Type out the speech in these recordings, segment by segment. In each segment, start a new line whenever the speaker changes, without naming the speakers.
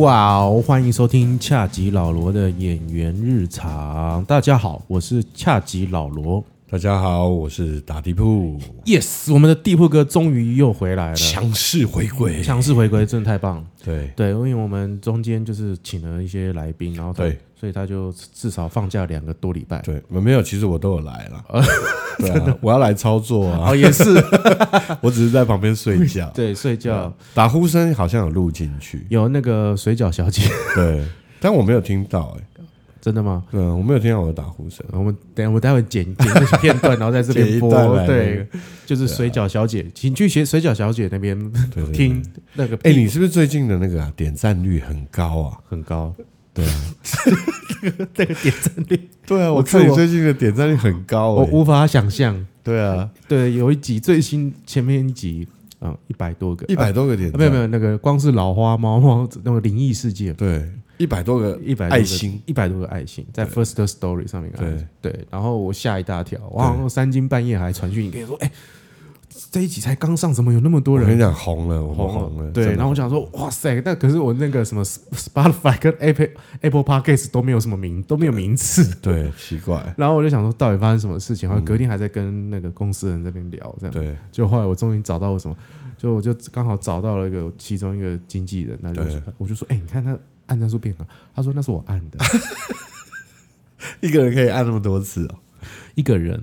哇哦！欢迎收听恰吉老罗的演员日常。大家好，我是恰吉老罗。
大家好，我是打地铺，
Yes，我们的地铺哥终于又回来了，
强势回归，
强势回归，真的太棒了。
对
对，因为我们中间就是请了一些来宾，然后他
对，
所以他就至少放假两个多礼拜。
对，没有，其实我都有来了，
哦
对啊，我要来操作啊，
哦，也是，
我只是在旁边睡觉，
对，睡觉
打呼声好像有录进去，
有那个水饺小姐，
对，但我没有听到，哎，
真的吗？
嗯，我没有听到我的打呼声，
我们等一下我待会剪剪那些片段，然后在这
剪
边
一
播
段。来
对，就是水饺小姐，请去学水饺小姐那边
对对对
听那个。
哎，你是不是最近的那个啊点赞率很高啊？
很高，
对啊，
那个点赞率，
对啊，
我
我看
自
你
我
最近的点赞率很高，
我
哎，
无法想象。
对啊，
对，有一集最新前面一集，啊，一百多个，
一百多个点
啊
赞，
没有没有，那个光是老花猫猫那个灵异事件，
对，一百多个
一百
爱心，
一百多个爱心在 First Story 上面按
对
对，然后我吓一大跳，我好像三更半夜还传讯你跟你说，哎、这一集才刚上，怎么有那么多
我跟
人？
你讲，红了，我们红了，
对，
真的
然后我想说，哇塞，但可是我那个什么 Spotify 跟 Apple Apple Podcast 都没有什么名，都没有名次。
对，奇怪，
然后我就想说，到底发生什么事情？然后隔天还在跟那个公司人这边聊，这样。
对
就后来我终于找到我什么，就我就刚好找到了一个其中一个经纪人，那就
对
我就说，哎、你看他按赞数变高，他说那是我按的，
一个人可以按那么多次哦。
一个人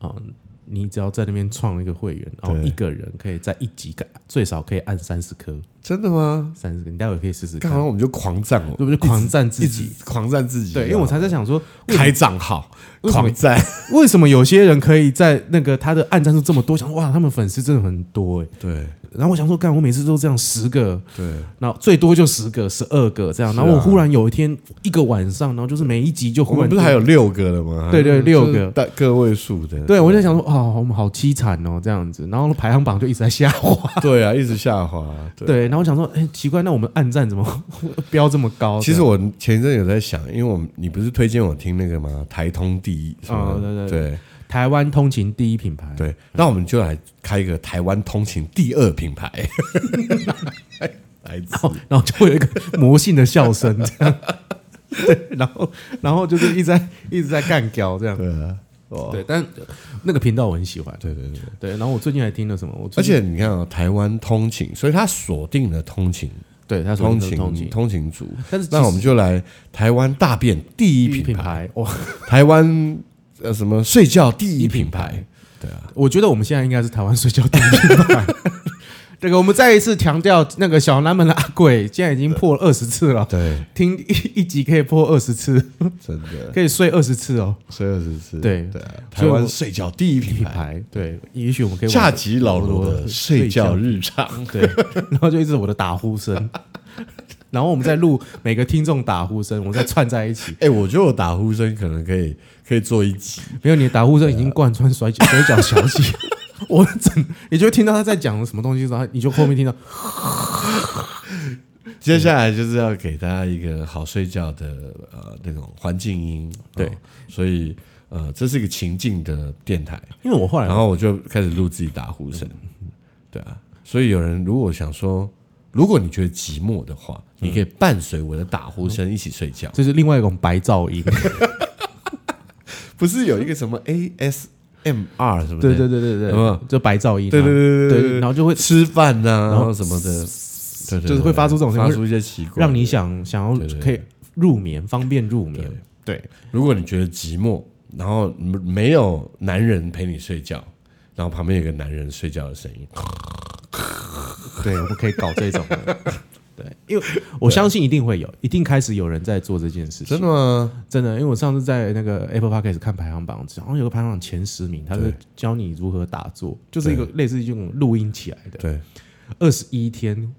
啊、嗯你只要在那边创一个会员，哦然后
对
一个人可以在一集改最少可以按三十颗，
真的吗？
三十个，你待会可以试试
干
看，
嘛我们就狂赞我，
对不对？狂赞自
一直
己，
狂赞自己。啊
对，因为我才在想说，
开账号
为什么
狂赞，
为什么有些人可以在那个他的按赞数这么多，想说哇，他们粉丝真的很多哎、
对
然后我想说，干，我每次都这样十个，
对
然后最多就十个、十二个这样。
是啊
然后我忽然有一天一个晚上，然后就是每一集就
我
忽
们
然
不是还有六个了吗？
对对六个
就是大个位数的。
对我就想说，哦，我们好凄惨哦这样子。然后排行榜就一直在下滑。
对啊，一直下滑。 对，
对，然后我想说，哎，奇怪，那我们暗战怎么 标这么高？
其实我前一阵有在想，因为我们你不是推荐我听那个吗？台通第一什么的？
哦对
对
台湾通勤第一品牌，
对，那我们就来开一个台湾通勤第二品 牌。来自
然后然后就会有一个魔性的笑声这 样。对，然后然后就是一直在一直在干屌这样。
对啊，哇，
对，但那个频道我很喜欢。
对对对。
对，然后我最近还听了什么？我
而
最近
且你看啊、台湾通勤，所以它锁定了通勤
对他说
通
勤
勤
通勤，
通勤族。
但是其
那我
实
们就来台湾大便第一
第一
品
品
牌，
牌哇，
台湾呃什么睡觉第
第一
一
品
品
牌啊
牌，
我觉得我们现在应该是台湾睡觉第一品 牌。这个我们再一次强调，那个小南门的阿贵现在已经破了二十次了，
对，
听一一集可以破二十次，
真的
可以睡二十次哦。
睡二十次，
对
对啊，
所
台
以我
湾睡觉第一
品
品牌，
牌对，也许我们可以
下集老罗的睡觉日 常，
对，然后就一直我的打呼 声，然后我们再录每个听众打呼声，我们再串在一起。
哎、我觉得我打呼声可能可以可以做一集，
没有你的打呼声已经贯穿摔跤摔跤小姐， 我整你就会听到他在讲什么东西的时候，你就后面听到
接下来就是要给大家一个好睡觉的呃那种环境音，哦
对
所以呃这是一个情境的电台，
因为我后来
然后我就开始录自己打呼声，对啊，所以有人如果想说，如果你觉得寂寞的话，你可以伴随我的打呼声一起睡觉。
这是另外一种白噪音。
不是有一个什么 ASMR 什么的，
对对对对
有没有
对，就白噪音啊，
对对
对
对对对
然后就会
吃饭呐、然后什么的，对对对
就是会发出这种声音
发出一些奇怪，
让你。想想
对
要
对
可以入眠，方便入眠。对，
如果你觉得寂寞，然后没有男人陪你睡觉，然后旁边有个男人睡觉的声音，
对，我们可以搞这种的。 对，因为我相信一定会有，一定开始有人在做这件事情。
真的吗？
真的，因为我上次在那个 Apple Podcast 看排行榜，好像有个排行榜前十名，他是
对
教你如何打坐，就是一个类似于这种录音起来的，
对，
二十一天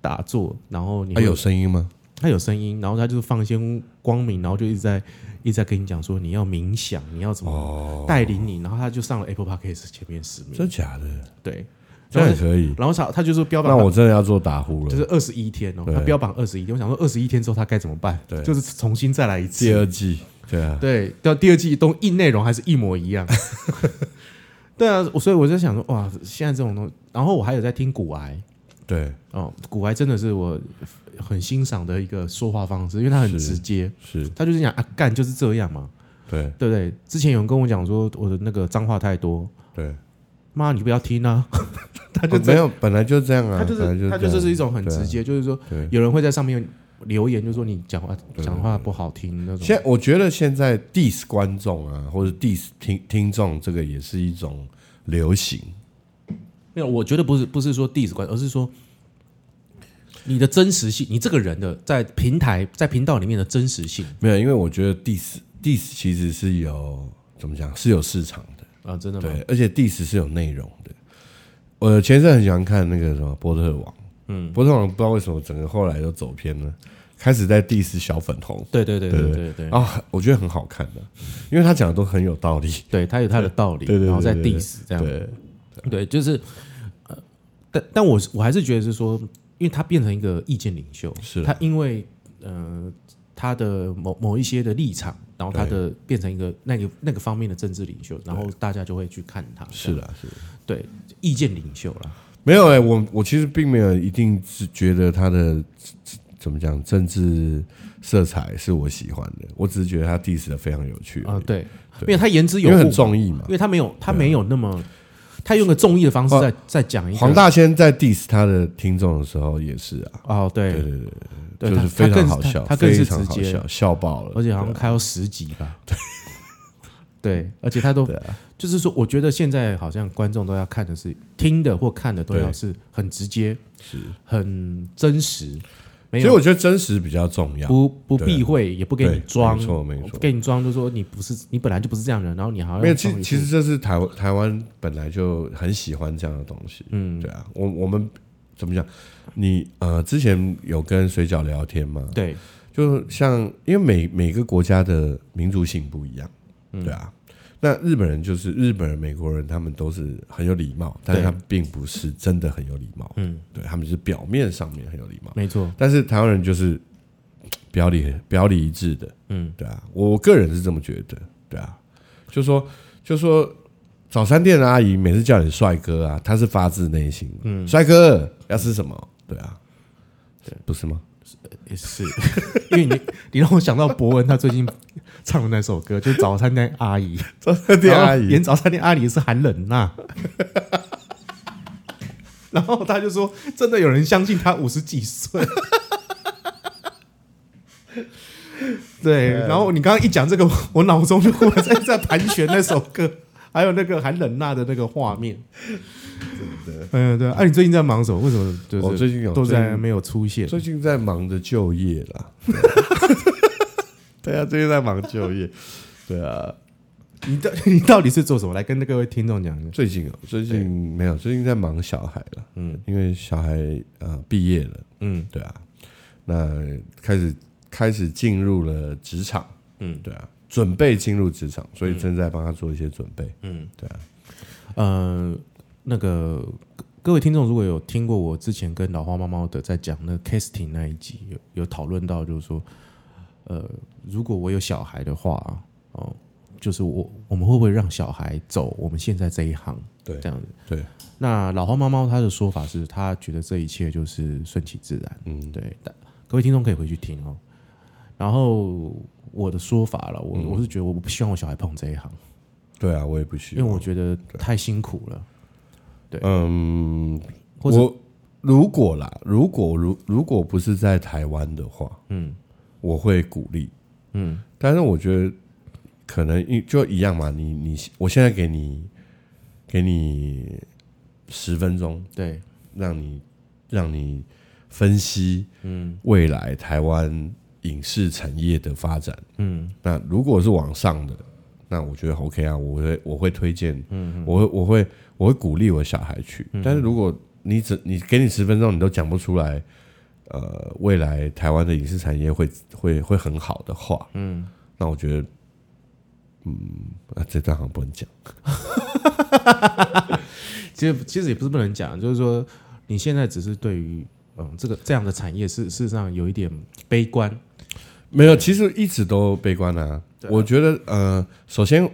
打坐，然后你
啊，
会
有声音吗？
它有声音，然后它就是放一些光明，然后就一直在一直在跟你讲说你要冥想，你要怎
哦
么带领你，然后他就上了 Apple Podcast 前面十名，
真假的？
对，
这样也可以。
然后他他就是标
那
榜
我真的要做打呼
就
了。
是二十一天哦，
对
他标榜二十一天，我想说二十一天之后他该怎么办？
对
就是重新再来一
第
次，
二季，对啊，
对，到第二季都印内容还是一模一 样。对啊，我所以我在想说，哇，现在这种东西，然后我还有在听骨癌，
对，
哦，古癌真的是我很欣赏的一个说话方式，因为他很
是
直接，
是，
他就是讲啊干就是这样嘛，
对，
对不对？之前有人跟我讲说我的那个脏话太多，
对，
妈你不要听啊， 他就
哦
这
没有，本来就这样啊，
他就
本来
是他
就
就
这
是
样
一种很直接，就是说
对。
有人会在上面留言，就说你讲话
对
讲话不好听那种，
现我觉得现在 diss 观众啊，或者 diss 听听众，这个也是一种流行。
没有，我觉得不是不是说 diss 观，而是说你的真实性，你这个人的在平台在频道里面的真实性
没有，因为我觉得 diss diss 其实是有怎么讲，是有市场的，
啊，真的吗？
对，而且 diss 是有内容的。我前阵很喜欢看那个什么波特王，嗯，波特王不知道为什么整个后来都走偏了，开始在 diss 小粉红
对对对对
对
对对
啊、我觉得很好看的，因为他讲的都很有道理。
对，他有他的道理，
对对对
然后再
对对
diss 这样，
对，
对，就是呃，但但我是我还是觉得是说，因为他变成一个意见领袖，
是
他因为呃他的某某一些的立场，然后他的变成一个那个那个方面的政治领袖，然后大家就会去看他，
是的，是的。
对意见领袖啦，
没有哎、我我其实并没有一定是觉得他的怎么讲政治色彩是我喜欢的，我只是觉得他 diss 的非常有趣
啊、
而已
对，因为他言之
因
有
为
物，
很啊中意嘛
因。为他没有他没有那么。他用个综艺的方式在在讲一个
哦黄大仙在 diss 他的听众的时候也是啊，
哦，对
对对对，
对，
就
他
是非
他
常
更
好
他
笑，
他更是
非
直
常好
接，
笑，笑爆了，啊
而且好像开到十集吧。啊 对，而且他都
对啊
就是说，我觉得现在好像观众都要看的是听的或看的都要是很直接、
是。
很真实，没
其实
有
我觉得真实比较重要，
不不避讳，也不给你
对
装
没，错没错
不。给你装，就说你不是你本来就不是这样的人，然后你好像
没有，其
装一
其
副
实这是台湾台湾本来就很喜欢这样的东西，嗯，对啊，我我们怎么讲？你呃，之前有跟水饺聊天吗？
对
就像因为每每个国家的民族性不一样，
嗯
对啊。那日本人就是日本人、美国人，他们都是很有礼貌，但是
对
他们并不是真的很有礼貌，嗯，对他们就是表面上面很有礼貌，
没错，
但是台湾人就是嘖表里表里一致的，
嗯，
对啊，我个人是这么觉得，对啊，就说就说早餐店的阿姨每次叫你帅哥啊，她是发自内心的，嗯，帅哥要吃什么？对啊，不是吗？
也是， 因为你你让我想到博文他最近唱的那首歌，就是早餐店阿姨，
早餐店啊阿
然后
姨
演早餐店阿姨是寒冷 呐、然后他就说，真的有人相信他五十几岁。对，然后你刚刚一讲这个，我脑中就忽然在在盘旋那首歌， 还有那个寒冷娜的那个画面。真的，嗯，对。哎、你最近在忙什么？为什么就是
我最近有
都
最
在
近
没有出现？
最近在忙着就业啦，对啊，最近在忙就业，对啊，
你到 你到底是做什么？来跟各位听众讲一下。
最近哦，最近没有，最近在忙小孩了，嗯，因为小孩呃毕业了，
嗯，
对啊，那开始开始进入了职场，
嗯
嗯，对啊，准备进入职场，所以正在帮他做一些准备，
嗯呃，那个各各位听众如果有听过我之前跟老花猫猫的在讲那个 casting 那一集，有有讨论到，就是说，呃，如果我有小孩的话，哦、就是我我们会不会让小孩走我们现在这一行？
对
这样子。
对，
那老花猫猫他的说法是，他觉得这一切就是顺其自然。
嗯，
对，但各位听众可以回去听哦。然后我的说法了，
嗯
我、我是觉得我不希望我小孩碰这一行，
对啊，我也不希
因为
望，
我觉得太辛苦了。
嗯，
或者
我如果啦，如果如如果不是在台湾的话，
嗯
我会鼓励，
嗯，
但是我觉得可能一就一样嘛，你你我现在给你给你十分钟，
对，
让你让你分析，嗯，未来台湾影视产业的发展。
嗯
那如果是往上的，那我觉得 OK 啊，我会我会推荐，嗯，我会我会我会鼓励我小孩去。但是如果你只你给你十分钟，你都讲不出来，呃，未来台湾的影视产业会会会很好的话，嗯，那我觉得。嗯，啊，这段好像不能讲。，
其实其实也不是不能讲，就是说你现在只是对于嗯这个这样的产业事事实上有一点悲观，
没有，其实一直都悲观啊。我觉得，呃，首先，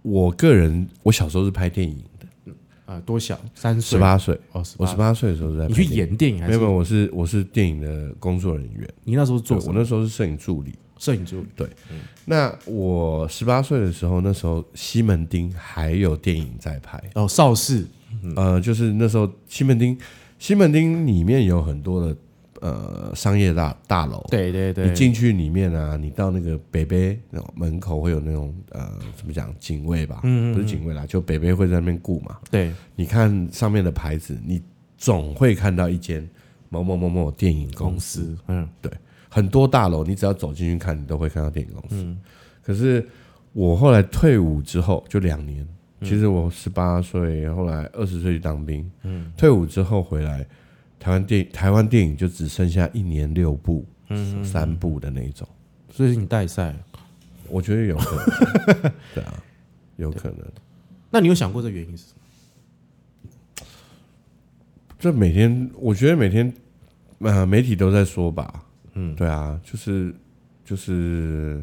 我个人我小时候是拍电影的，
呃多小？三岁？
十？八岁，
哦，十
我
八
十。八岁的时候就在
你去
拍电
演电影
影，
还
没
是
有？没有，我是我是电影的工作人员，
你那时候是做
对
什
我
么？
那时候是摄影助理。
摄影助理。
那我十八岁的时候，那时候西门町还有电影在拍，
哦，邵氏。
呃，就是那时候西门町，西门町里面有很多的呃商业大大楼，
对对对。
你进去里面啊，你到那个北北那种门口会有那种呃怎么讲警卫吧，
嗯
不是警卫啦，就北北会在那边顾嘛。
对
你看上面的牌子，你总会看到一间某某某某电影公
公
司，
司，嗯，
很多大楼，你只要走进去看，你都会看到电影公司。
嗯
可是我后来退伍之后就两年，
嗯
其实我十八岁，后来二十岁去当兵，
嗯
退伍之后回来，台湾电台湾电影就只剩下一年六部，
嗯
三部的那种，
所以你代赛。
我觉得有可能， 对啊，有可能。
那你有想过这原因是什么？
这每天，我觉得每天，呃，媒体都在说吧，嗯，对啊，就是就是，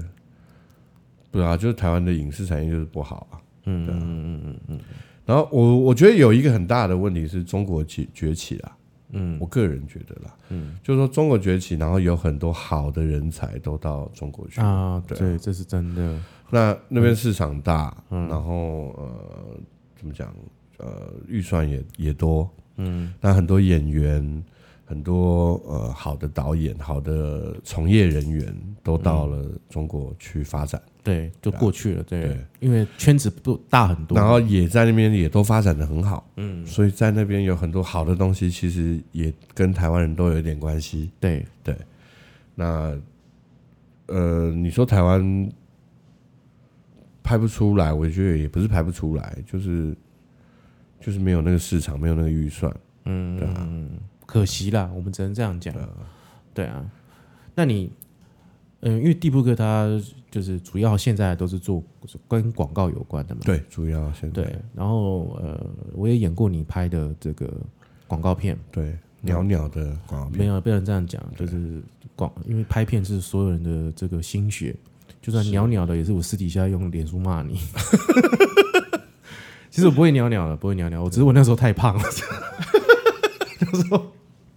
不知道、就是台湾的影视产业就是不好啊，嗯嗯嗯嗯嗯。然后我我觉得有一个很大的问题是中国崛崛起啦，嗯，我个人觉得啦，嗯，就是说中国崛起，然后有很多好的人才都到中国去，
啊，
对啊
对，这是真的。
那那边市场大，然后呃，怎么讲？呃，预算也也多，嗯，那很多演员，很多呃好的导演、好的从业人员都到了中国去发展，
对，就过去了。对
对，
因为圈子不大很多。
然后也在那边也都发展的很好，嗯，所以在那边有很多好的东西，其实也跟台湾人都有一点关系，
对，
那呃，你说台湾拍不出来，我觉得也不是拍不出来，就是就是没有那个市场，没有那个预算。
可惜啦，我们只能这样讲。对啊，那你，嗯，因为地步哥他就是主要现在都是做跟广告有关的嘛。
对，主要现在
对，然后呃，我也演过你拍的这个广告片，
对袅袅的广告
没
片，
有被人这样讲，就是广，因为拍片是所有人的这个心血，就算鸟鸟的，也是我私底下用脸书骂你。 其实我不会鸟鸟的，不会鸟鸟，我只是我那时候太胖了。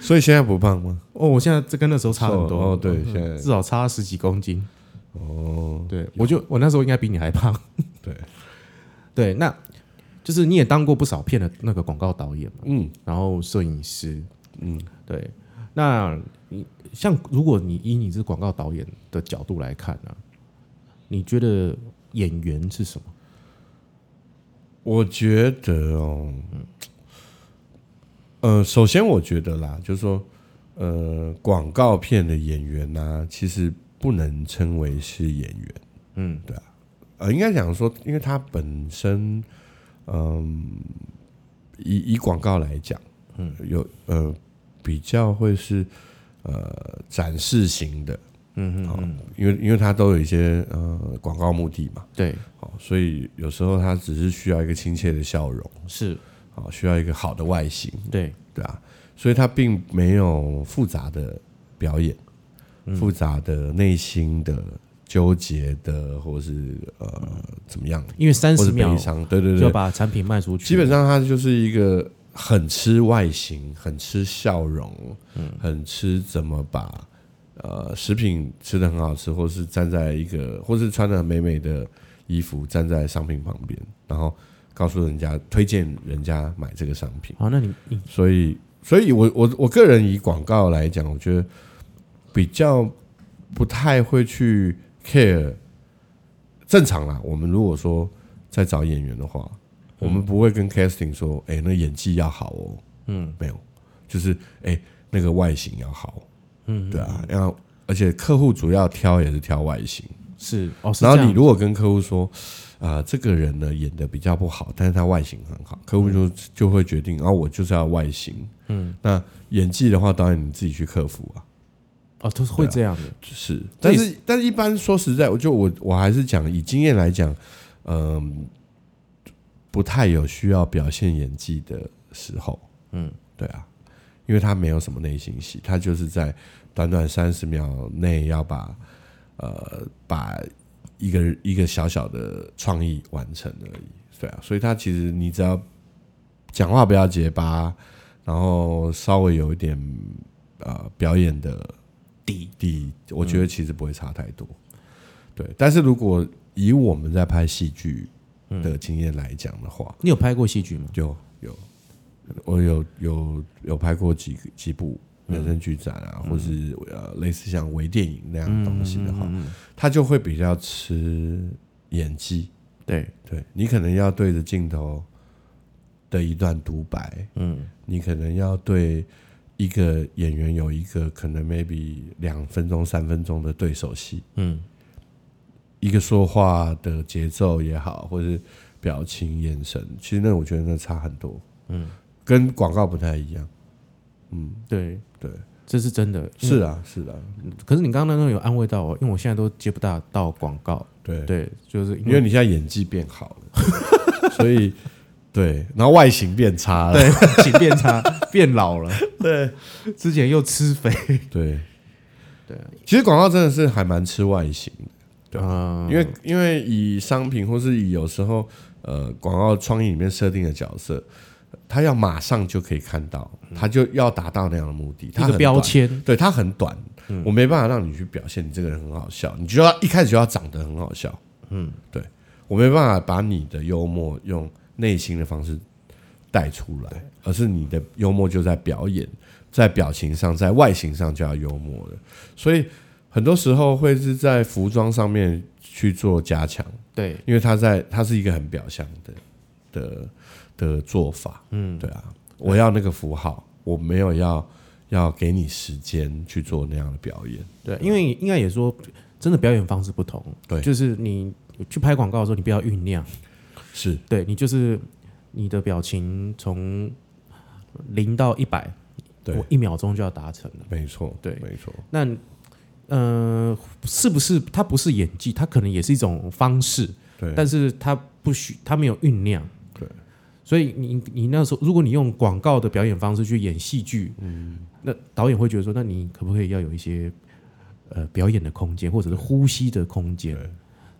所以现在不胖吗？
哦，我现在这跟那时候差很多
瘦了哦对现在
至少差十几公斤。
哦，
对，我就我那时候应该比你还胖。
对，
对，那就是你也当过不少片的那个广告导演嘛，
嗯，
然后摄影师，嗯，对。那你像如果你以你是广告导演的角度来看呢、你觉得演员是什么？
我觉得哦，呃，首先我觉得啦，就是说，呃，广告片的演员呢、其实不能称为是演员，
嗯，
对啊，呃，应该讲说，因为他本身，嗯、嗯以以广告来讲，嗯，有呃，比较会是呃展示型的，
嗯
嗯嗯，因为因为它都有一些呃广告目的嘛，
对，
好，所以有时候他只是需要一个亲切的笑容，
是，
啊，需要一个好的外形，
对，
对啊，所以他并没有复杂的表演，
嗯
复杂的内心的纠结的，或是呃怎么样，
因为三
或
十
是
秒
悲伤，对对
就要
对，
把产品卖出去，
基本上他就是一个很吃外形，很吃笑容，
嗯
很吃怎么把呃食品吃的很好吃，或是站在一个，或是穿的美美的衣服站在商品旁边，然后告诉人家推荐人家买这个商品。
好，那你你
所以，所以我我我个人以广告来讲，我觉得比较不太会去 care。正常啦，我们如果说在找演员的话，我们不会跟 casting 说，哎、那演技要好哦，嗯，没有，就是哎、那个外形要好，嗯，对啊，然后而且客户主要挑也是挑外形，
是哦，是
然后
这样
你如果跟客户说，啊、这个人呢演的比较不好，但是他外形很好，客户
嗯
就就会决定，啊，我就是要外形。嗯，那演技的话，当然你自己去克服啊。
哦，都是会这样的，
是，
那
但
你
是但是一般说实在，我就我我还是讲以经验来讲，嗯、不太有需要表现演技的时候。
嗯，
对啊，因为他没有什么内心戏，他就是在短短三十秒内要把呃把一个一个小小的创意完成而已，对啊，所以他其实你只要讲话不要结巴，然后稍微有一点呃表演的底底，我觉得其实不会差太多。对，但是如果以我们在拍戏剧的经验来讲的话，
你有拍过戏剧吗？
有有，我有有有拍过几几部人生剧展啊，或是呃类似像微电影那样的东西的话，它就会比较吃演技。
对，
对你可能要对着镜头的一段独白，
嗯
你可能要对一个演员有一个可能 maybe 两分钟、三分钟的对手戏，
嗯
一个说话的节奏也好，或是表情、眼神，其实那我觉得那差很多，
嗯，
跟广告不太一样。
对
对，
这是真的。因为
是啊，是啊，
可是你刚刚那个有安慰到我，因为我现在都接不大到广告。
对，
对，就是因
因为
为
你现在演技变好了， 所以对，然后外形变差了，
对， 请变差，变老 了。对，之前又吃肥。
对，对，其实广告真的是还蛮吃外形的。对
啊，
因为因为以商品或是以有时候呃广告创意里面设定的角色，他要马上就可以看到，他就要达到那样的目的，
嗯
他
一个
很
标
短，
签，
对他很短，我没办法让你去表现你这个人很好笑，你就要一开始就要长得很好笑，嗯，对我没办法把你的幽默用内心的方式带出来，而是你的幽默就在表演，在表情上，在外形上就要幽默了，所以很多时候会是在服装上面去做加强，
对，
因为他在他是一个很表象的的的做法，嗯，对啊，我要那个符号，我没有要要给你时间去做那样的表演，
对，因为应该也说，真的表演方式不同。
对
就是你去拍广告的时候，你不要酝酿，
是
对你就是你的表情从零到一百，
对
我，一秒钟就要达成了。
没错，
对
没错，
那呃，是不是它不是演技，它可能也是一种方式，
对，
但是它不许它没有酝酿。
对，
所以你你那时候，如果你用广告的表演方式去演戏剧，嗯，那导演会觉得说，那你可不可以要有一些呃表演的空间，或者是呼吸的空间？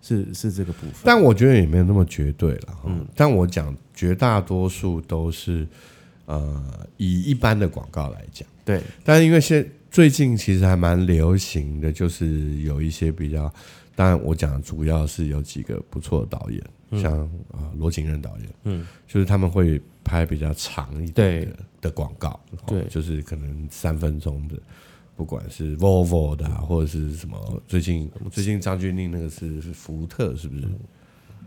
是是这个部分。
但我觉得也没有那么绝对了。嗯，但我讲绝大多数都是，呃，以一般的广告来讲，
对
但因为现最近其实还蛮流行的，就是有一些比较，当然我讲主要是有几个不错的导演，
嗯
像啊罗景任导演，嗯，就是他们会拍比较长一点
对
的的广告，哦
对
就是可能三分钟的。不管是 Volvo 的、啊，或者是什么，最近最近张钧甯那个是是福特，是不是？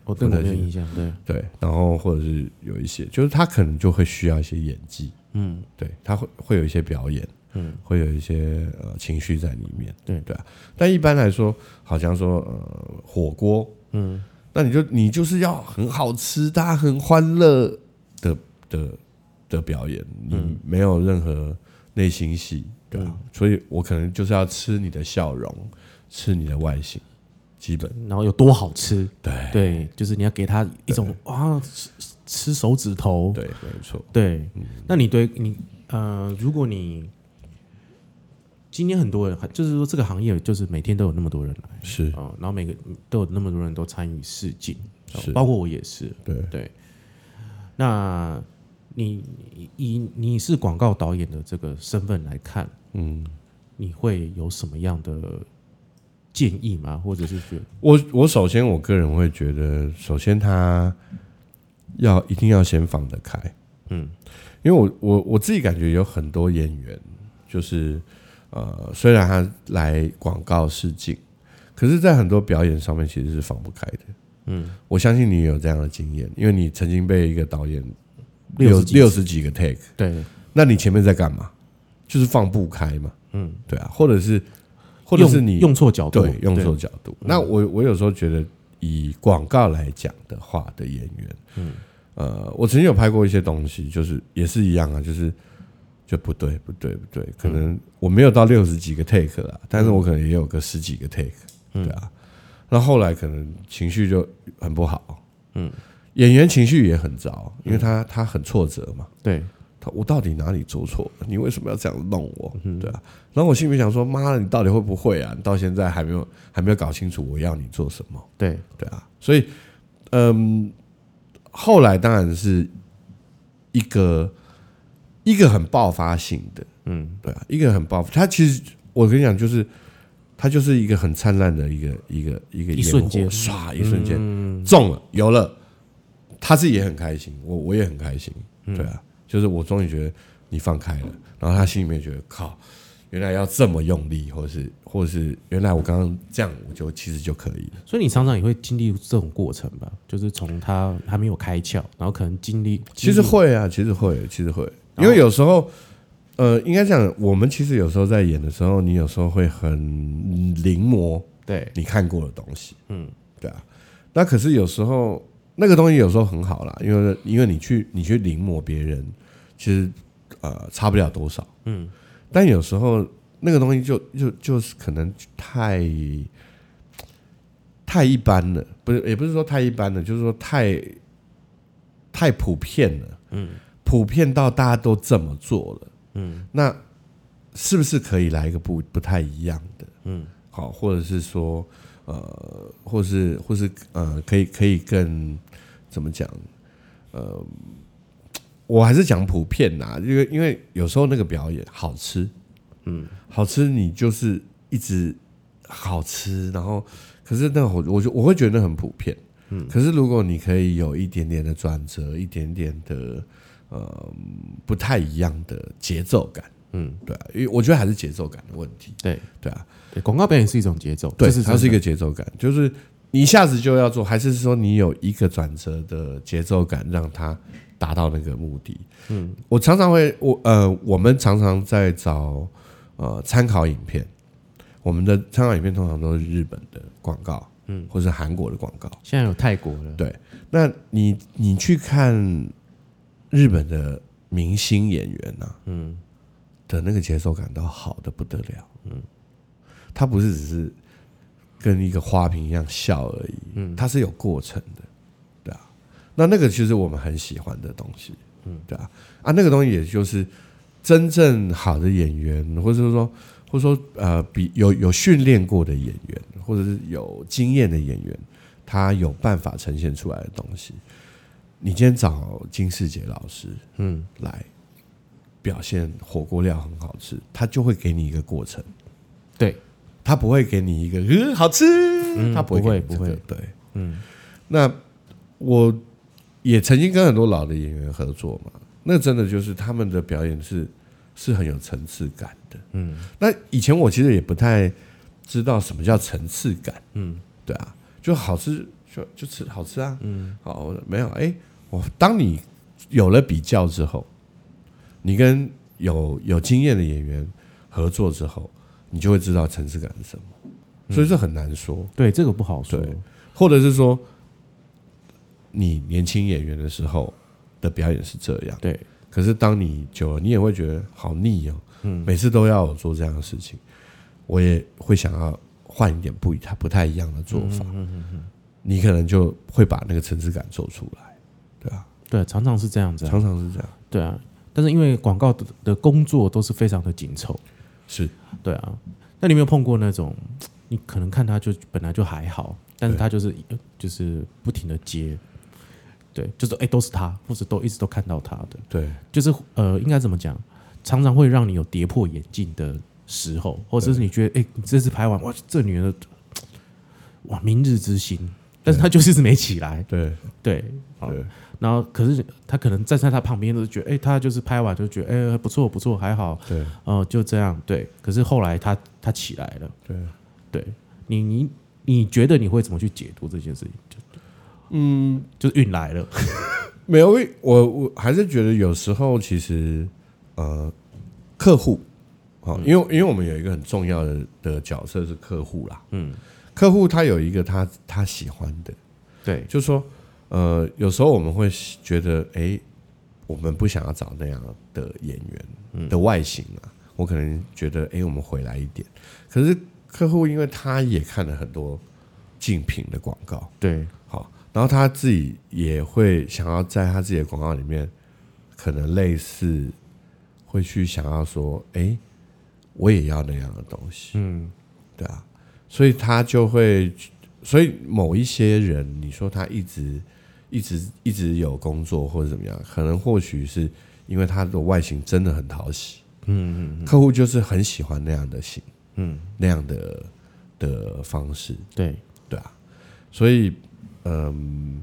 我对我
不
没
太
有
清
印象。对，
对，然后或者是有一些，就是他可能就会需要一些演技，嗯，对，他会会有一些表演，嗯，会有一些呃情绪在里面，
对
对啊。但一般来说，好像说呃火锅，嗯，那你就你就是要很好吃，大家很欢乐的的的表演，你
嗯
没有任何内心戏，对啊。所以我可能就是要吃你的笑容，吃你的外形，基本
然后有多好吃？
对
对，就是你要给他一种啊，吃吃手指头。
对，嗯没错，
对，那你对你呃，如果你今天很多人，就是说这个行业就是每天都有那么多人来
是
哦，然后每个都有那么多人都参与试镜，哦
是
包括我也是。
对。
对，那你以以你是广告导演的这个身份来看，
嗯，
你会有什么样的建议吗？或者是觉得
我我首先我个人会觉得，首先他要一定要先放得开，
嗯
因为我我我自己感觉有很多演员，就是呃，虽然他来广告试镜，可是，在很多表演上面其实是放不开的。
嗯，
我相信你也有这样的经验，因为你曾经被一个导演
六
六
十几
六十几个 take，
对，
那你前面在干嘛？就是放不开嘛，
嗯，
对啊，或者是或者是
用
你
用错角度，
对，用错角度。那我我有时候觉得，以广告来讲的话的演员，嗯，呃，我曾经有拍过一些东西，就是也是一样啊，就是就不对，不对，不对，可能我没有到六十几个 take 啦，但是我可能也有个十几个 take，、对啊。那后来可能情绪就很不好，嗯，演员情绪也很糟，因为他他很挫折嘛，
对
他我到底哪里做错了？你为什么要这样弄我？对啊。然后我心里想说，妈的，你到底会不会啊？你到现在还没有还没有搞清楚我要你做什么？
对，
对啊，所以，嗯，后来当然是一个一个很爆发性的，
嗯，
对啊，一个很爆发。他其实我跟你讲，就是他就是一个很灿烂的一个一个一个
一
烟火
瞬间嗯
唰，一瞬间、中了，有了，他自己也很开心，我我也很开心，
嗯
对啊，就是我终于觉得你放开了，然后他心里面觉得靠。原来要这么用力，或是或是原来我刚刚这样，我就其实就可以了。
所以你常常也会经历这种过程吧？就是从他还没有开窍，然后可能经历，
其实会啊，其实会，其实会，
然后
因为有时候，呃，应该讲，我们其实有时候在演的时候，你有时候会很临摹
对，
你看过的东西，嗯，对啊。那可是有时候那个东西有时候很好啦，因为因为你去你去临摹别人，其实呃差不了多少，嗯。但有时候那个东西就就就是可能太太一般了，不是也不是说太一般了，就是说太太普遍了，嗯，普遍到大家都这么做了，嗯，那是不是可以来一个不不太一样的？好，或者是说，呃，或是或是呃，可以可以更怎么讲？呃，我还是讲普遍啦，因为因为有时候那个表演好吃，嗯，好吃你就是一直好吃，然后可是那我我就我会觉得很普遍，嗯，可是如果你可以有一点点的转折，一点点的呃不太一样的节奏感。
嗯，
对啊、因为我觉得还是节奏感的问题。
对
对啊，
对，广告表演是一种节奏，
对
这，是
它是一
真的
个节奏感，就是你一下子就要做，还是说你有一个转折的节奏感，让它达到那个目的？嗯，我常常会，我呃，我们常常在找呃参考影片，我们的参考影片通常都是日本的广告，嗯，或是韩国的广告。
现在有泰国了，
对那你你去看日本的明星演员呐、嗯，的那个节奏感都好的不得了，嗯，他不是只是跟一个花瓶一样笑而已，嗯，他是有过程的，对啊，那那个其实我们很喜欢的东西，嗯，对啊，啊，那个东西也就是真正好的演员，或者说或者说呃，比有有训练过的演员，或者是有经验的演员。他有办法呈现出来的东西。你今天找金世杰老师
嗯，
来表现火锅料很好吃，他就会给你一个过程，
对，
他不会给你一个嗯好吃，
嗯
他会
不会
给你这个
不会
对，
嗯，
那我也曾经跟很多老的演员合作嘛，那真的就是他们的表演是是很有层次感的。
嗯，
那以前我其实也不太知道什么叫层次感。
嗯，
对啊，就好吃就就吃好吃啊。嗯，好，我没有哎、我当你有了比较之后，你跟有有经验的演员合作之后，你就会知道层次感是什么。所以
嗯
这很难说。
对，这个不好说，
对或者是说，你年轻演员的时候的表演是这样，
对，
可是当你久了，你也会觉得好腻哦，
嗯
每次都要我做这样的事情，我也会想要换一点不一他不太一样的做法，你可能就会把那个层次感做出来，对啊，
对，常常是这样子啊，
常常是这样，
对啊，但是因为广告的的工作都是非常的紧凑，
是
对啊，那你有没有碰过那种，你可能看他就本来就还好，但是他就是就是不停的接，对，就是哎、都是他，或者都一直都看到他的，
对，
就是呃应该怎么讲，常常会让你有跌破眼镜的时候，或者是你觉得哎、你这次拍完哇这女人的哇明日之星，但是她就是一直没起来，
对，
对，好
对，
然后可是他可能站在他旁边都觉得哎、他就是拍完就觉得哎、不错不错还好，
对，
哦，就这样，对。可是后来他他起来了，
对。
对你你你觉得你会怎么去解读这件事情？就嗯，就是运来了，
没有，因为我我还是觉得有时候其实呃，客户啊、哦因为因为我们有一个很重要的的角色是客户啦，
嗯，
客户他有一个他他喜欢的，
对
就是说呃，有时候我们会觉得哎、诶我们不想要找那样的演员、的外形啊，我可能觉得哎、诶我们回来一点，可是客户因为他也看了很多竞品的广告，
对
好，然后他自己也会想要在他自己的广告里面可能类似会去想要说，哎、我也要那样的东西，
嗯
对啊，所以他就会，所以某一些人，你说他一直一直一直有工作或者怎么样，可能或许是因为他的外形真的很讨喜，
嗯嗯
客户就是很喜欢那样的型，
嗯，
那样的的方式，
对，
对啊，所以嗯，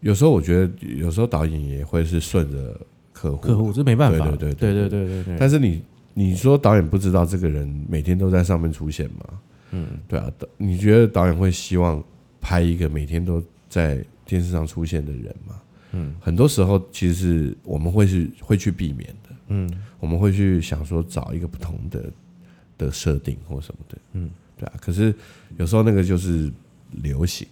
有时候我觉得，有时候导演也会是顺着客户，
客户这没办法，
对
对
对对
对对对对
但是你你说导演不知道这个人每天都在上面出现吗？嗯，对啊，导你觉得导演会希望拍一个每天都在电视上出现的人吗？嗯，很多时候其实是我们会是会去避免的，
嗯，
我们会去想说找一个不同的的设定或什么的，
嗯，
对啊。可是有时候那个就是流行，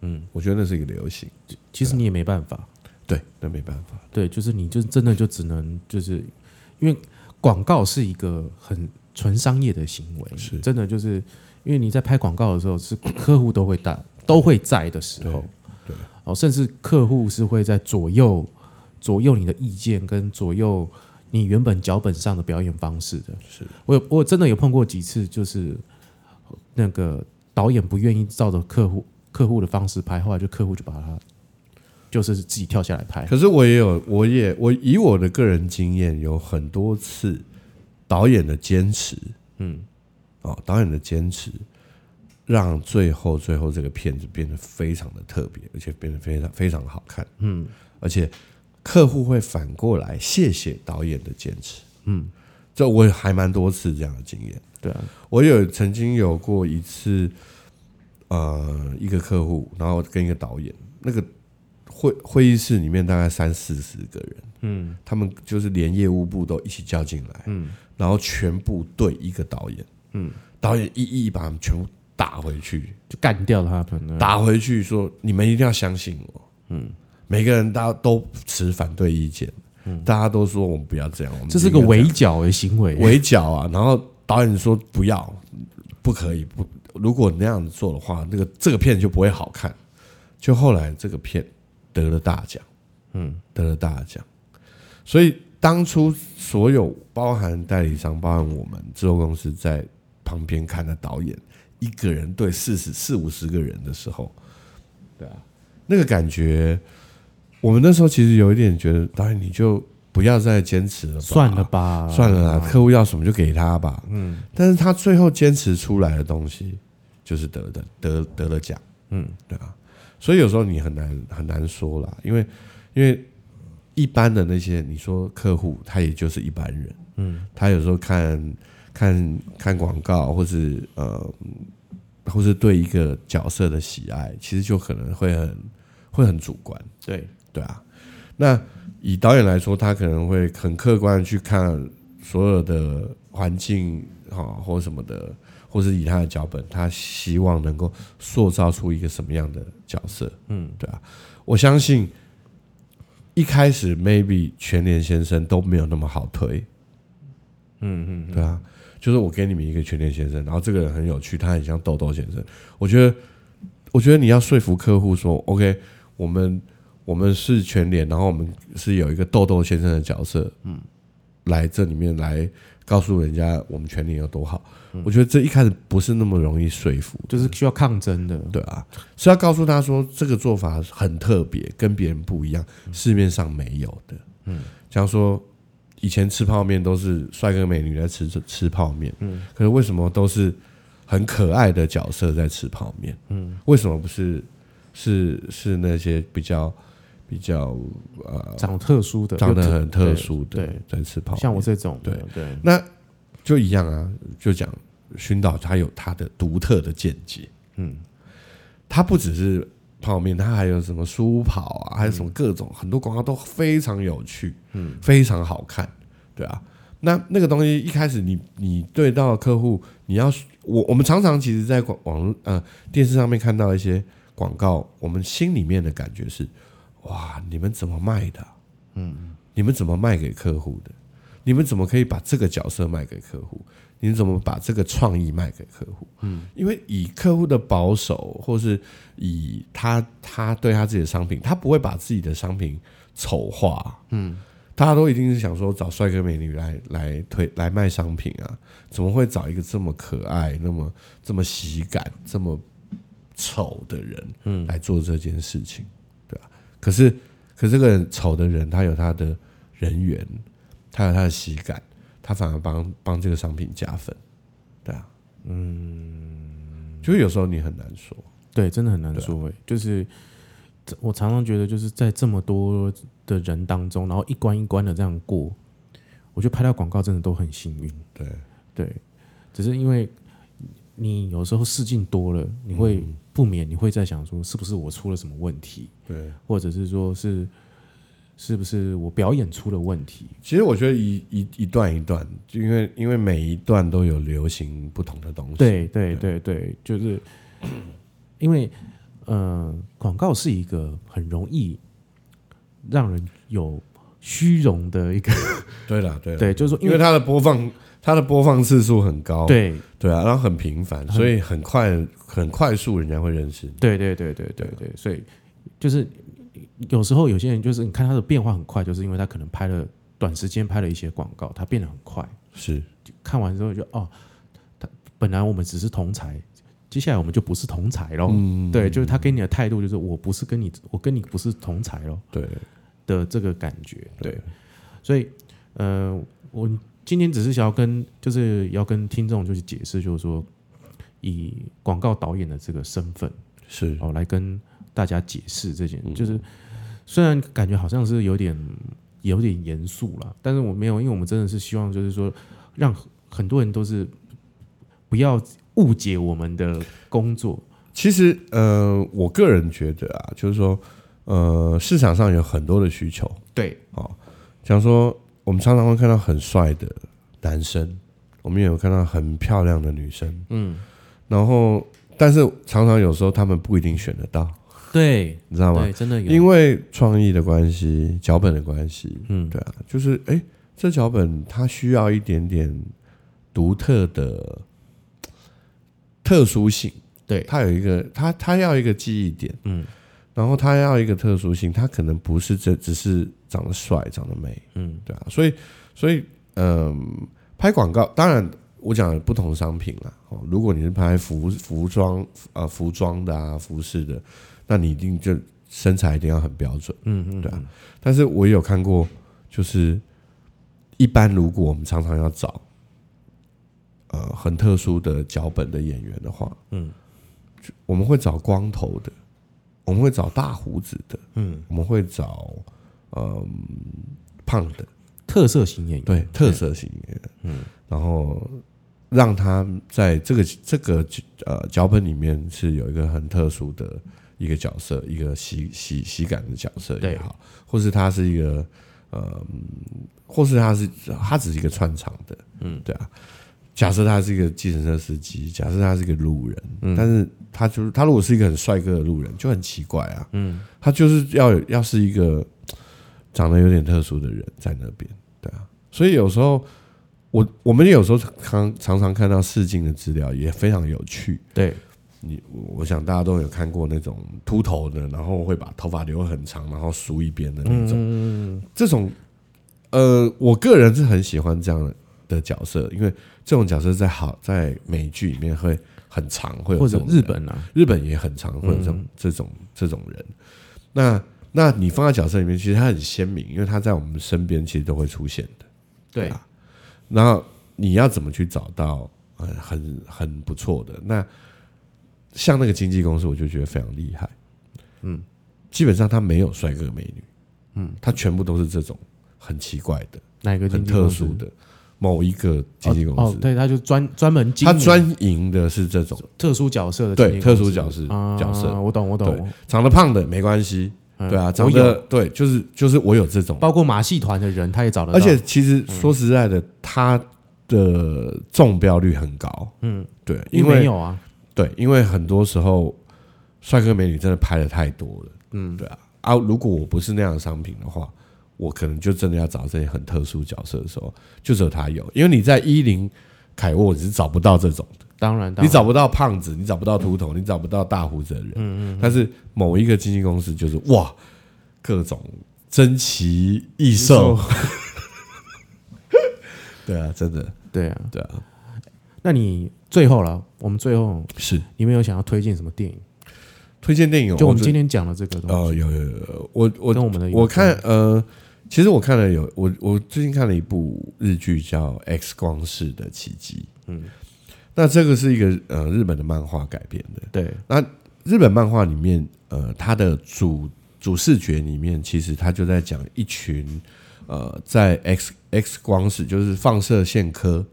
嗯，
我觉得那是一个流行，
其实你也没办法，
对，那没办法，
对，就是你就真的就只能就是因为广告是一个很纯商业的行为，
是
真的就是因为你在拍广告的时候是客户都会到都会在的时候，
对对
哦，甚至客户是会在左右左右你的意见跟左右你原本脚本上的表演方式的。
是
我有我真的有碰过几次，就是那个导演不愿意照着客户客户的方式拍，后来就客户就把他就是自己跳下来拍。
可是我也有，我也我以我的个人经验，有很多次导演的坚持
嗯
哦，导演的坚持，让最后最后这个片子变得非常的特别，而且变得非常非常好看，
嗯。
而且客户会反过来谢谢导演的坚持。
嗯，
这我也还蛮多次这样的经验。
对啊，
我有曾经有过一次，呃，一个客户，然后跟一个导演，那个会会议室里面大概三四十个人，
嗯
他们就是连业务部都一起叫进来，
嗯
然后全部对一个导演，
嗯，
导演一一把他们全部打回去，
就干掉他们。
打回去说你们一定要相信我，
嗯，
每个人大家都持反对意见，大家都说我们不要这样，我
嗯
们
这是个
应该
围剿的行为。
围剿啊，然后导演说不要，不可以不，如果那样子做的话，那个这个片就不会好看。就后来这个片得了大奖，嗯，得了大奖，所以当初所有包含代理商、包含我们制作公司在旁边看的导演，一个人对四十四五十个人的时候，对啊，那个感觉，我们那时候其实有一点觉得，导演你就不要再坚持了吧，
算了吧，
算了啦，客户要什么就给他吧。嗯，但是他最后坚持出来的东西，就是得的得得了奖。
嗯，
对啊，所以有时候你很难很难说啦，因为因为一般的那些你说客户，他也就是一般人。
嗯，
他有时候看看看广告，或是呃，或是对一个角色的喜爱，其实就可能会很会很主观。
对，
对啊，那以导演来说，他可能会很客观的去看所有的环境哈、哦或什么的，或是以他的脚本，他希望能够塑造出一个什么样的角色？
嗯，
对啊，我相信一开始 maybe 全联先生都没有那么好推，
嗯嗯，
对啊，就是我给你们一个全联先生，然后这个人很有趣，他很像豆豆先生。我觉得，我觉得你要说服客户说，OK，我们我们是全联，然后我们是有一个豆豆先生的角色，嗯，来这里面来告诉人家我们全联有多好。
嗯
我觉得这一开始不是那么容易说服，
就是需要抗争的。
对啊，是要告诉他说这个做法很特别，跟别人不一样，市面上没有的。嗯，像说以前吃泡面都是帅哥美女在吃吃泡面，嗯，可是为什么都是很可爱的角色在吃泡面？嗯，为什么不是是是那些比较比较呃
长得特殊的，
长得
又
很特殊的
对
在吃泡面？
像我这种的，
对
对，
那就一样啊，就讲熏导他有他的独特的见解，
嗯，
他不只是泡面，他还有什么书跑啊，还有什么各种、很多广告都非常有趣，嗯，非常好看，对啊。那那个东西一开始你你对到客户，你要我我们常常其实在广网络呃电视上面看到一些广告，我们心里面的感觉是，哇，你们怎么卖的啊、嗯，你们怎么卖给客户的？你们怎么可以把这个角色卖给客户？你们怎么把这个创意卖给客户？嗯，因为以客户的保守，或是以他他对他自己的商品，他不会把自己的商品丑化，嗯，大家都一定是想说找帅哥美女来来推来卖商品啊，怎么会找一个这么可爱、那么这么喜感、这么丑的人，嗯，来做这件事情，对吧、可是，可是这个丑的人，他有他的人缘，啊他有他的喜感，他反而帮帮这个商品加分，对啊，嗯，就是有时候你很难说，
对，真的很
啊
难说诶、欸就是我常常觉得，就是在这么多的人当中，然后一关一关的这样过，我觉得拍到广告真的都很幸运。
对
对，只是因为你有时候试镜多了，你会
嗯
不免你会在想说，是不是我出了什么问题，
对。
或者是说是是不是我表演出了问题？
其实我觉得一一一段一段，就因为因为每一段都有流行不同的东西。
对对对对，就是因为呃，广告是一个很容易让人有虚荣的一个，
对啦对啦，
对，就是说因
因为
为
它的播放它的播放次数很高，
对
对啊，然后很频繁，所以很快很快速人家会认识你。
对对对对对对，所以就是有时候有些人就是你看他的变化很快，就是因为他可能拍了短时间拍了一些广告，他变得很快，
是
看完之后就哦，他本来我们只是同才，接下来我们就不是同才喽。对，就是他给你的态度就是我不是跟你，我跟你不是同才喽
对，
的这个感觉。对，所以呃，我今天只是想要跟就是要跟听众就是解释，就是说以广告导演的这个身份。
是
哦来跟大家解释这
嗯
件，就是虽然感觉好像是有点有点严肃啦，但是我没有，因为我们真的是希望就是说让很多人都是不要误解我们的工作，
其实呃，我个人觉得啊，就是说呃，市场上有很多的需求，
对
像说我们常常会看到很帅的男生，我们也有看到很漂亮的女生，嗯，然后但是常常有时候他们不一定选得到，
对
你知道吗？
对，真的有，
因为创意的关系，脚本的关系，
嗯
对啊，就是哎、诶这脚本它需要一点点独特的特殊性，
对
它有一个，它它要一个记忆点，
嗯，
然后它要一个特殊性，它可能不是这只是长得帅、长得美，
嗯
对啊，所以所以嗯，拍广告当然。我讲的不同商品啦，哦，如果你是拍服服装呃服装的啊服饰的，那你一定就身材一定要很标准。
嗯嗯
对啊但是我也有看过，就是一般如果我们常常要找呃很特殊的脚本的演员的话，
嗯
就我们会找光头的，我们会找大胡子的，
嗯，
我们会找嗯、胖的，
特色型演员，
对，特色型演员，嗯，然后让他在这个这个呃脚本里面是有一个很特殊的一个角色，一个喜喜喜感的角色也好，或是他是一个呃，嗯或是他是他只是一个串场的，嗯，对啊。假设他是一个计程车司机，假设他是一个路人，但是他就是他如果是一个很帅哥的路人，就很奇怪啊，嗯，他就是要有要是一个长得有点特殊的人在那边，对啊，所以有时候我我们有时候常常常看到试镜的资料也非常有趣。
对
你我我想大家都有看过那种秃头的，然后会把头发留很长，然后梳一边的那种。
嗯
这种呃，我个人是很喜欢这样的角色，因为这种角色在好在美剧里面会很长，会有
或
这
者
种
日本嗯啊，
日本也很常会有这种、这种这种人。那那你放在角色里面，其实他很鲜明，因为他在我们身边其实都会出现的。
对
啊然后你要怎么去找到呃很很不错的？那像那个经纪公司，我就觉得非常厉害。嗯，基本上他没有帅哥美女，嗯，他全部都是这种很奇怪的、
哪一个
很
经纪
特
公司
殊的某一个经纪公
哦
司。，
对，他就专专门经
他
营
专营的是这种
特殊角色的经
对
纪公
特
司
殊角色角色，
啊我懂我懂
对，长得胖的没关系，
嗯
对啊，
我
长得
有，
对，就是就是我有这种，
包括马戏团的人他也找得到，
而且其实
嗯
说实在的，他的中标率很高，嗯，对，因
没
为
有啊，
对，因为很多时候帅哥美女真的拍的太多了，嗯，对啊，啊，如果我不是那样的商品的话。我可能就真的要找这些很特殊角色的时候，就只有他有，因为你在一零凯沃你是找不到这种，
当然，嗯当
你
然
找不到胖子，你找不到秃头，你找不到大胡子的人。但是某一个经纪公司就是哇，各种珍奇异兽。对啊，真的
对啊，
对啊，
那你最后了，我们最后
是
你们有想要推荐什么电影？
推荐电影哦。
就我们
这
今天讲的这个东
哦，
西，
有有有，我我
跟我们的有
我
关
看呃，其实我看了有我我最近看了一部日剧叫《X 光式的奇迹》，
嗯
嗯，那这个是一个呃日本的漫画改编的。
对
日本漫画里面，呃，它的主主视觉里面，其实它就在讲一群呃在 X X 光室，就是放射线科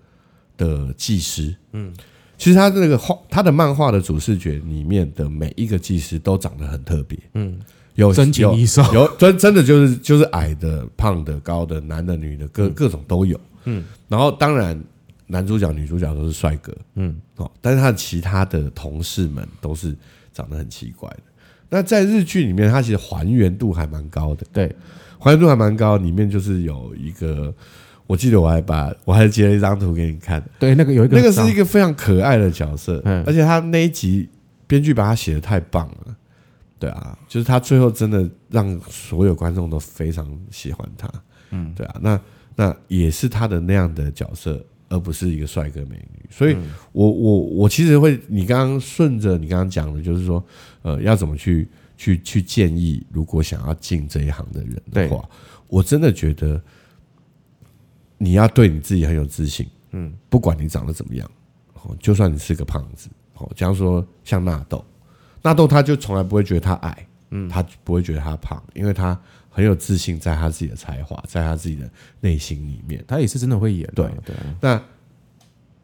的技师，嗯。其实他这个画，他的漫画的主视觉里面的每一个技师都长得很特别，
嗯，
有
真情
有
异 兽，
有真真的就是就是矮的、胖的、高的、男的、女的，各、各种都有。
嗯
嗯，然后当然男主角、女主角都是帅哥
嗯
哦，但是他的其他的同事们都是长得很奇怪的。那在日剧里面，它其实还原度还蛮高的，
对，
还原度还蛮高。里面就是有一个，我记得我还把我还截了一张图给你看，
对，那个有一个
那个是
长
一个非常可爱的角色，
嗯
而且他那一集编剧把他写的太棒了，对啊，就是他最后真的让所有观众都非常喜欢他，嗯，对啊，那那也是他的那样的角色，而不是一个帅哥美女，所以我我我其实会，你刚刚顺着你刚刚讲的，就是说，呃，要怎么去去去建议，如果想要进这一行的人的
对
话，我真的觉得你要对你自己很有自信。嗯，不管你长得怎么样，哦，就算你是个胖子，哦，假如说像纳豆，纳豆他就从来不会觉得他矮，嗯，他不会觉得他胖，因为他很有自信，在他自己的才华，在他自己的内心里面。
他也是真的会演啊，
对
对啊，
那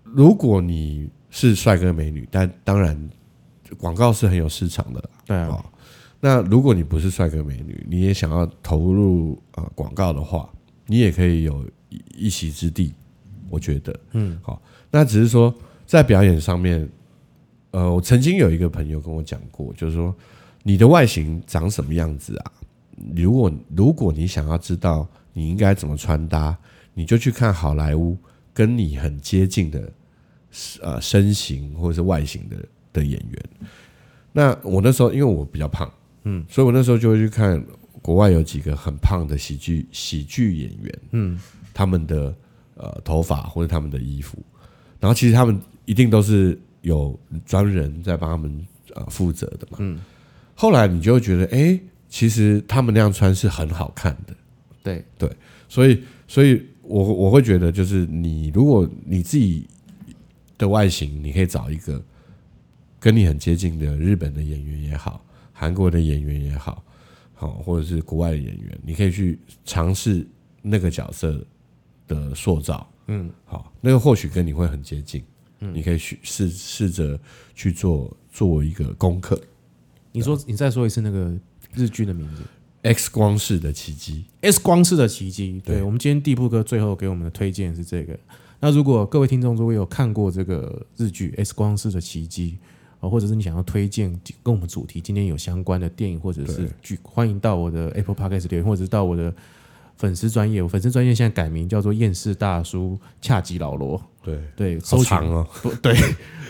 如果你是帅哥美女，但当然广告是很有市场的啦，
对啊，
哦，那如果你不是帅哥美女，你也想要投入呃广告的话，你也可以有一一席之地，我觉得，嗯，好、那只是说在表演上面，呃，我曾经有一个朋友跟我讲过，就是说你的外形长什么样子啊？如果如果你想要知道你应该怎么穿搭，你就去看好莱坞跟你很接近的呃身形或者是外形的的演员。那我那时候因为我比较胖，嗯，所以我那时候就会去看国外有几个很胖的喜剧喜剧演员，嗯，他们的呃头发或者他们的衣服，然后其实他们一定都是有专人在帮他们呃负责的嘛，嗯，后来你就会觉得，哎、其实他们那样穿是很好看的，
对
所以，所以我我会觉得，就是你如果你自己的外形，你可以找一个跟你很接近的日本的演员也好，韩国的演员也好，好或者是国外的演员，你可以去尝试那个角色的塑造。嗯，好，那个或许跟你会很接近，你可以去试试着去做做一个功课。
你
啊
说你再说一次那个日剧的名字
X 光式的奇迹，
《S 光式的奇迹》。对
对
我们今天第一部哥最后给我们的推荐是这个。那如果各位听众如果有看过这个日剧《S 光式的奇迹》，呃，或者是你想要推荐跟我们主题今天有相关的电影或者是
对
剧，欢迎到我的 Apple Podcast 留言，或者是到我的粉丝专业。我粉丝专业现在改名叫做厌世大叔恰吉老罗。
对，
对，
好
搜寻
长 哦，
不对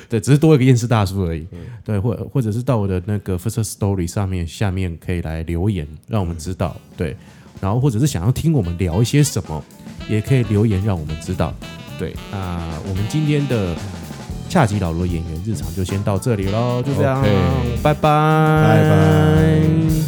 对，只是多一个厌世大叔而
嗯
已。对，或或者是到我的那个 First Story 上面下面可以来留言，让我们知道。对，然后或者是想要听我们聊一些什么，也可以留言让我们知道。对，那我们今天的恰吉老罗演员日常就先到这里喽，就这样
OK
拜拜，
拜拜。